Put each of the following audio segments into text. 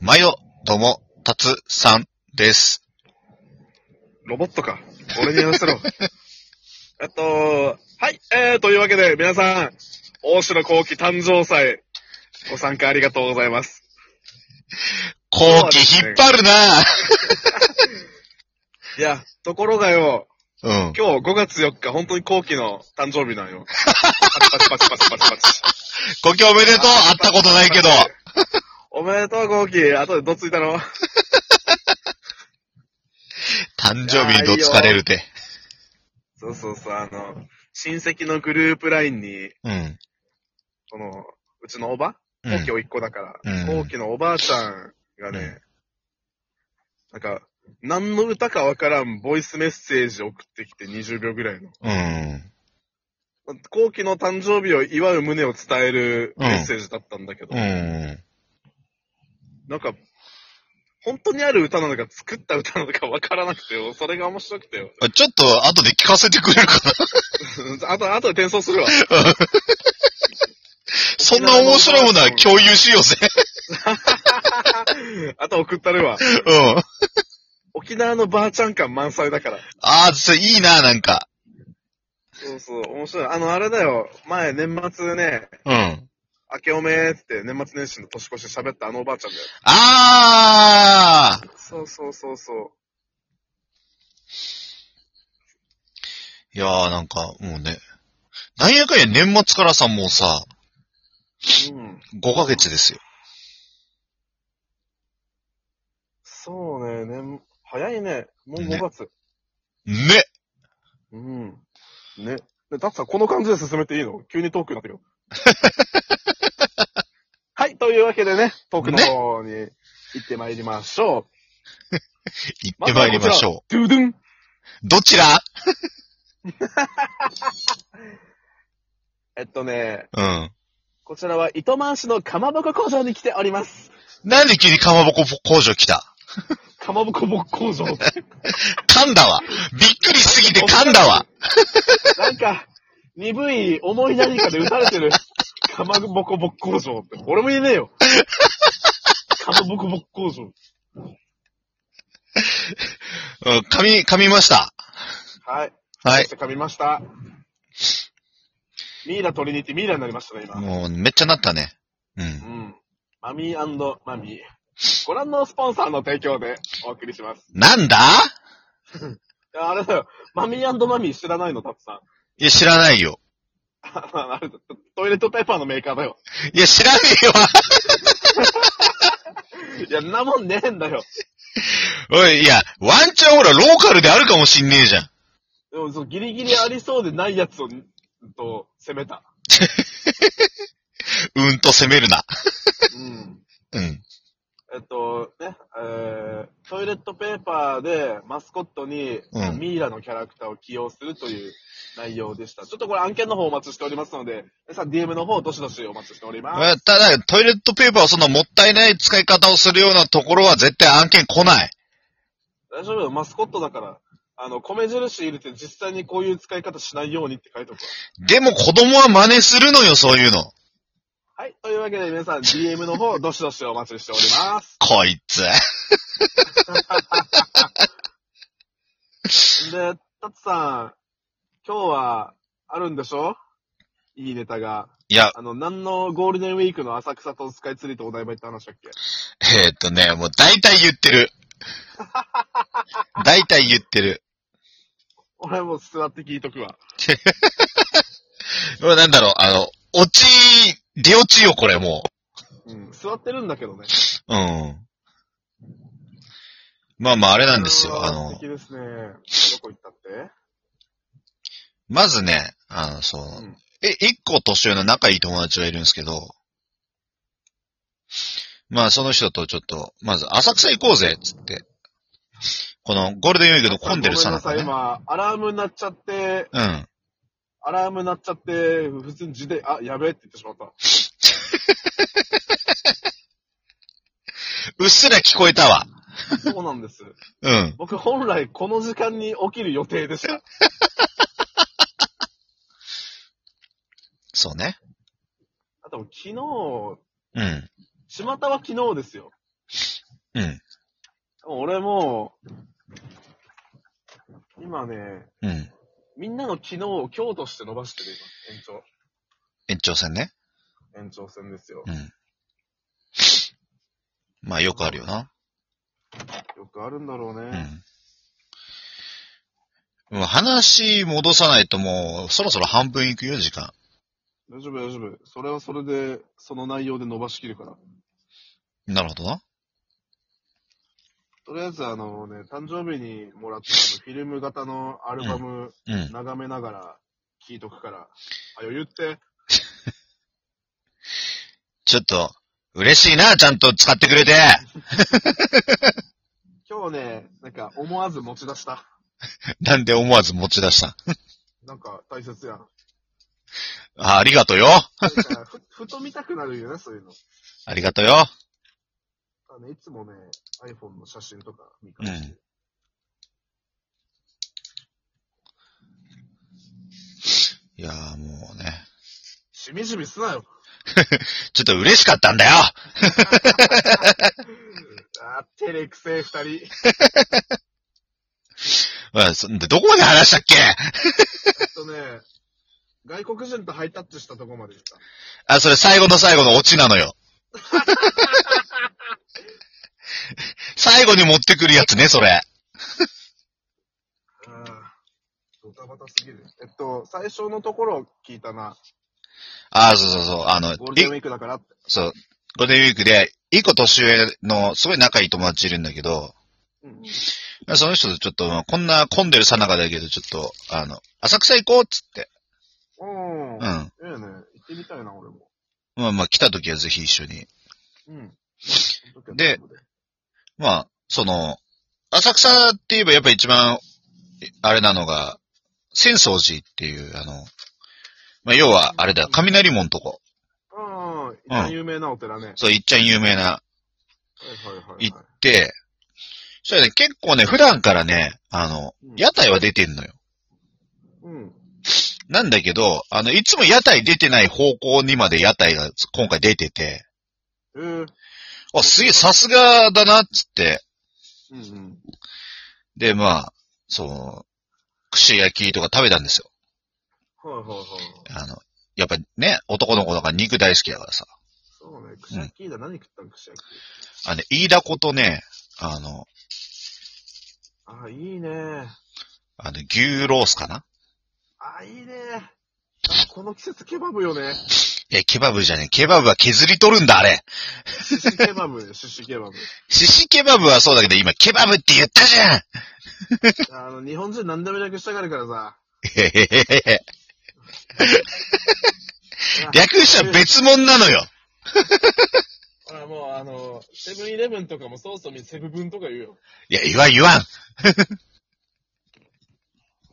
マヨ、とも、たつ、さんです。ロボットか。俺にやらせろ。 えっと、はい、えー、というわけで、皆さん、大城幸喜誕生祭、ご参加ありがとうございます。後期引っ張るいや、ところがよ、な うん。今日5月4日、本当に幸喜の誕生日な んよ。パチパチパチパチパチパチ。後期おめでとう会ったことないけど。 おめでとう、幸喜。後でどついたの誕生日にどつかれるて。そうそうそう、あの、親戚のグループラインに、うん。その、うちのおばう後期ん。を一個だから、うん後期のおばあちゃんがね、なんか、何の歌かわからんボイスメッセージ送ってきて20秒ぐらいの。うん。後期の誕生日を祝う旨を伝えるメッセージだったんだけど、うん。なんか、本当にある歌なのか作った歌なのかわからなくてよ、それが面白くてよ。あちょっと後で聞かせてくれるかな あと、あとで転送するわ。そんな面白いものは共有しようぜ。あと送ったるわ。うん。沖縄のばあちゃん感満載だから。ああ、それいいな、なんか。そうそう、面白い。あの、あれだよ、前年末ね、うん。明けおめって年末年始の年越しで喋ったあのおばあちゃんだよ。ああそうそうそうそいやーなんか、もうね。なんやかんや年末からさ、もうさ、う。うん。 5ヶ月ですよ。そうね、年、早いね。もうね5月。ねうん。ね。で、たつさん、この感じで進めていいの急にトークにな ってるよ。はい、というわけでね、トークの方に行ってまいりましょ行ってまいりましょう。ドゥドゥンう。どちらえっとね、うん。こちらは糸満市のかまぼこ工場に来ております。なんで急にかまぼこ工場来たかまぼこぼっ工場。噛んだわ。びっくりしすぎて噛んだわ。なんか、鈍い重い何かで打たれてる。かまぼこぼっ工場って。俺も言えねえよ。かまぼこぼっ工場。うん、噛み、噛みました。はい。はい。噛みました。ミイラ取りに行ってミイラになりましたね、今。もう、めっちゃなったね。う。うんん。マミーマミー。ご覧のスポンサーの提供でお送りします。なんだいやあれだよ。マミーマミー知らないの、タップさん。 いや、知らないよ。あれ、トイレットペーパーのメーカーだよ。いや、知らねえわ。いや、んなもんねえんだよ。おい、いや、ワンチャンほら、ローカルであるかもしんねえじゃん。でも、そのギリギリありそうでないやつを、と、攻めた。うんと攻めるな。うん。うん。えっと、ね、えー、トイレットペーパーでマスコットにうんミイラのキャラクターを起用するという内容でした。ちょっとこれ案件の方お待ちしておりますので、皆さん DM の方どしどしお待ちしております。まあただ、トイレットペーパーをそのもったいない使い方をするようなところは絶対案件来ない。大丈夫よ、マスコットだから。あの、米印入れて実際にこういう使い方しないようにって書いておくわ。でも子供は真似するのよ、そういうの。はい、というわけで皆さん DM の方どしどしお待ちしております。こいつ。で、タツさん、今日はあるんでしょいいネタが。いや、あの、何のゴールデンウィークの浅草とスカイツリーとお台場行った話だっけえーっとね、もう大体言ってる。大体言ってる。俺も座って聞いとくわ。もうなんだろう、あの、落ち、出落ちよ、これもうん。座ってるんだけどね。う。うん。まあまあ、あれなんですよ。あ素の、敵ですね。どこ行ったってまずね、あの、そううん、え、一個年上の仲いい友達がいるんですけど、まあ、その人とちょっと、まず、浅草行こうぜ、つって。この、ゴールデンウィークの混んでるさごめなさかい、ね。今、アラーム鳴っちゃって、うん。アラーム鳴っちゃって、普通に自転、あ、やべえって言ってしまった。うっすら聞こえたわ。そうなんです。 うん。僕本来この時間に起きる予定でした。そうね。あと、昨う日、ん。巷は昨日ですよ。うん。俺もう、今ね、うん。みんなの昨日を今日として伸ばしてる、今。延延長戦ね。長、延長戦ですよう。ん。 まあよくあるよな。よくあるんだろうね。うん。もう話戻さないともう、そろそろ半分いくよ、時間。大丈夫、大丈夫。それはそれで、その内容で伸ばしきるから。なるほどな。とりあえず、あのね、誕生日にもらったあのフィルム型のアルバム、うん。眺めながら聴いとくから。あ、よ、言って。ちょっと、嬉しいな、ちゃんと使ってくれて。 今日ね、なんか思わず持ち出した。なんで思わず持ち出した。なんか大切やん。あ、ありがとうよ。なん かふ、ふと見たくなるよね、そういうの。ありがとうよ。あの、いつもね、iPhone の写真とか見返して。いやーもうね。しみじみすなよ。ちょっと嬉しかったんだよ。あー、照れくせえ二人。うん、そんで、どこまで話したっけえっとね、外国人とハイタッチしたとこまで行った。あ、それ最後の最後のオチなの よ。最後に持ってくるやつね、それ。ああ、ドタバタすぎる。えっと、最初のところを聞いたな。あ、そうそうそう、あの、ゴールデンウいィークだからって。そう、ゴールデンウィークで、一個年上の、すごい仲いい友達いるんだけど、うん。その人とちょっと、まあこんな混んでるさなかだけど、ちょっと、あの、浅草行こうっつって。おうー。ん。ええね。行ってみたいな、俺も。まあまあ、来た時はぜひ一緒に。うん。で、まあ、その、浅草って言えばやっぱ一番、えあれなのが、浅草寺っていう、あの、まあ、要は、あれだよ、雷門のとこ。うん。一番有名なお寺ね。はいそう、いっちゃん有名な。はいはい行はい。って、それね、結構ね、普段からね、あの、うん屋台は出てんのよ。うん。なんだけど、あの、いつも屋台出てない方向にまで屋台が今回出てて、えー。あ、すげえ、さすがだな、っつって。うんうん。で、まあ、そう、串焼きとか食べたんですよ。はいはいはい。あの、やっぱね、男の子だから肉大好きだからさ。そうね。串焼きだ。何食ったの串焼き。あのね、飯田子とね、あの、あ、いいね。あの、牛ロースかなあ、いいね。この季節ケバブよね。いや、ケバブじゃねえ。ケバブは削り取るんだ、あれ。シシケバブ、シシケバブ。シシケバブはそうだけど、今、ケバブって言ったじゃんあの、日本人何でも略したがるからさ。へへへへ略したら別物なのよ。あもうあの、セブンイレブンとかもソースにセブブンとか言うよ。いや、言わん言わん。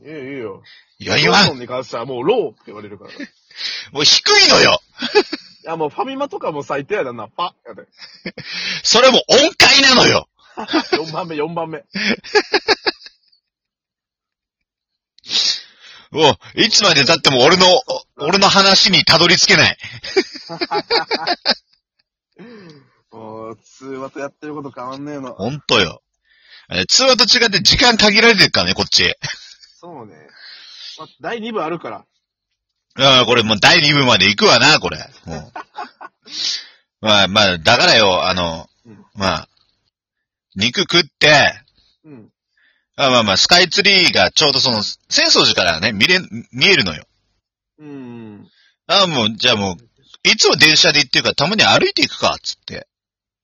いいよ、いいよ。言わん言わローんソ。ンに関してはもうローって言われるから。いもう低いのよ。や、もうファミマとかも最低やだな、パやで。それも音階なのよ。 4番目、4番目。もう、いつまで経っても俺の、お俺の話にたどり着けない。もう、通話とやってること変わんねえの。ほんとよ。え通話と違って時間限られてるからね、こっち。そうね。ま第2部あるから。うん、これもう第2部まで行くわな、これ。もうまあまあ、だからよ、あのうん、まあ、肉食って、うん。あまあまあ、スカイツリーがちょうどその、浅草寺からね、見れ、見えるのよ。うん。ああ、もう、じゃあもう、いつも電車で行ってるから、たまに歩いていくか、つって。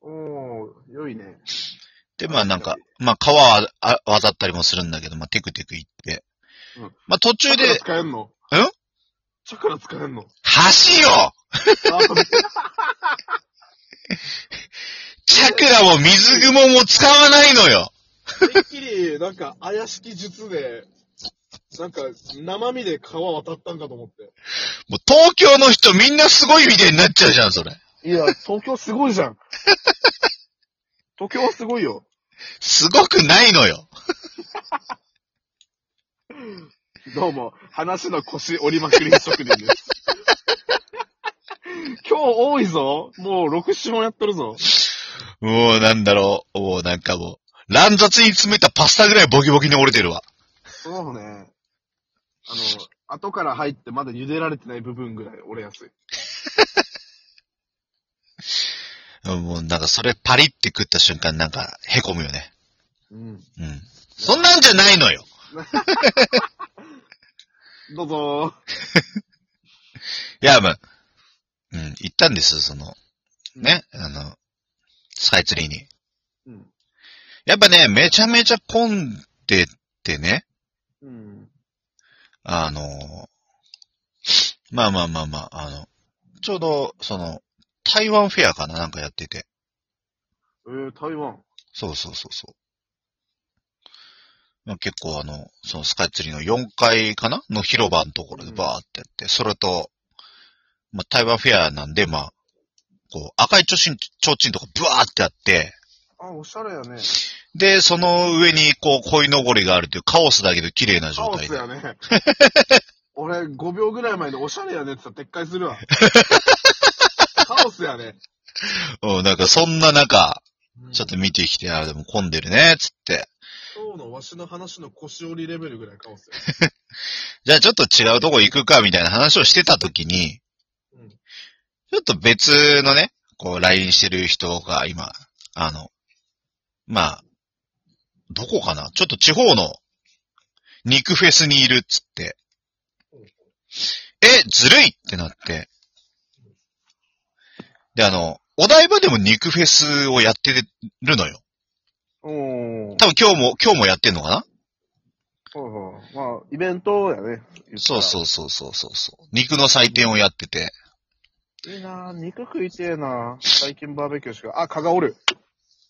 おー、良いね。で、まあなんか、まあ川はあ渡ったりもするんだけど、まあテクテク行って。うんまあ途チ中ャクラで、使えんのえチャクラ使えんの橋よあー、チャクラも水雲も使わないのよてっきり、なんか、怪しき術で、なんか、生身で川渡ったんかと思って。もう東京の人みんなすごいみたいになっちゃうじゃん、それ。いや、東京すごいじゃん。東京はすごいよ。すごくないのよ。どうも、話の腰折りまくり職人です。今日多いぞ。もう6、7本やっとるぞ。もうなんだろう。もうなんかもう、乱雑に詰めたパスタぐらいボキボキに折れてるわ。そうね。あの、後から入ってまだ茹でられてない部分ぐらい折れやすい。もうなんかそれパリって食った瞬間なんか凹むよね。うん。うん。そんなんじゃないのよ。どうぞいや、まあ、うん、行ったんです、その、ね、あの、スカイツリーに。ー。うん。やっぱね、めちゃめちゃ混んでってね、うん。あの、まあまあまあまあ、あの、ちょうど、その、台湾フェアかななんかやってて。えー、台湾。そうそうそうそう。まあ、結構あの、そのスカイツリーの4階かなの広場のところでバーってやって、それと、まあ、台湾フェアなんで、まあ、こう、赤いちょちん、ちょうちんとかブワーってあって、あ、おしゃれやね。で、その上に、こう、鯉のぼりがあるというカオスだけど綺麗なカ状オ態スで。やね。 俺、5秒ぐらい前でおしゃれやねって言ったら撤回す るわ。カオスやね。うん、なんかそんな中、ちょっと。と見てきて、あ、でも混んでるね、つって。今日のわしの話の腰折りレベルぐらいカオスや。じゃあちょっと違うとこ行くか、みたいな話をしてた時に、うん。ちょっと別のね、こう、LINE してる人が今、あの、まあ、どこかなちょっと地方の肉フェスにいるっつってうん、え、ずるいってなって、で、あの、お台場でも肉フェスをやってるのよ。おー。多分今日も、今日もやってんのかなほうほうまあ、イベントやね。そうう。そうそうそうそうそう。肉の祭典をやってて、いいなぁ肉食いてえなぁ最近バーベキューしか。あ、蚊がおる。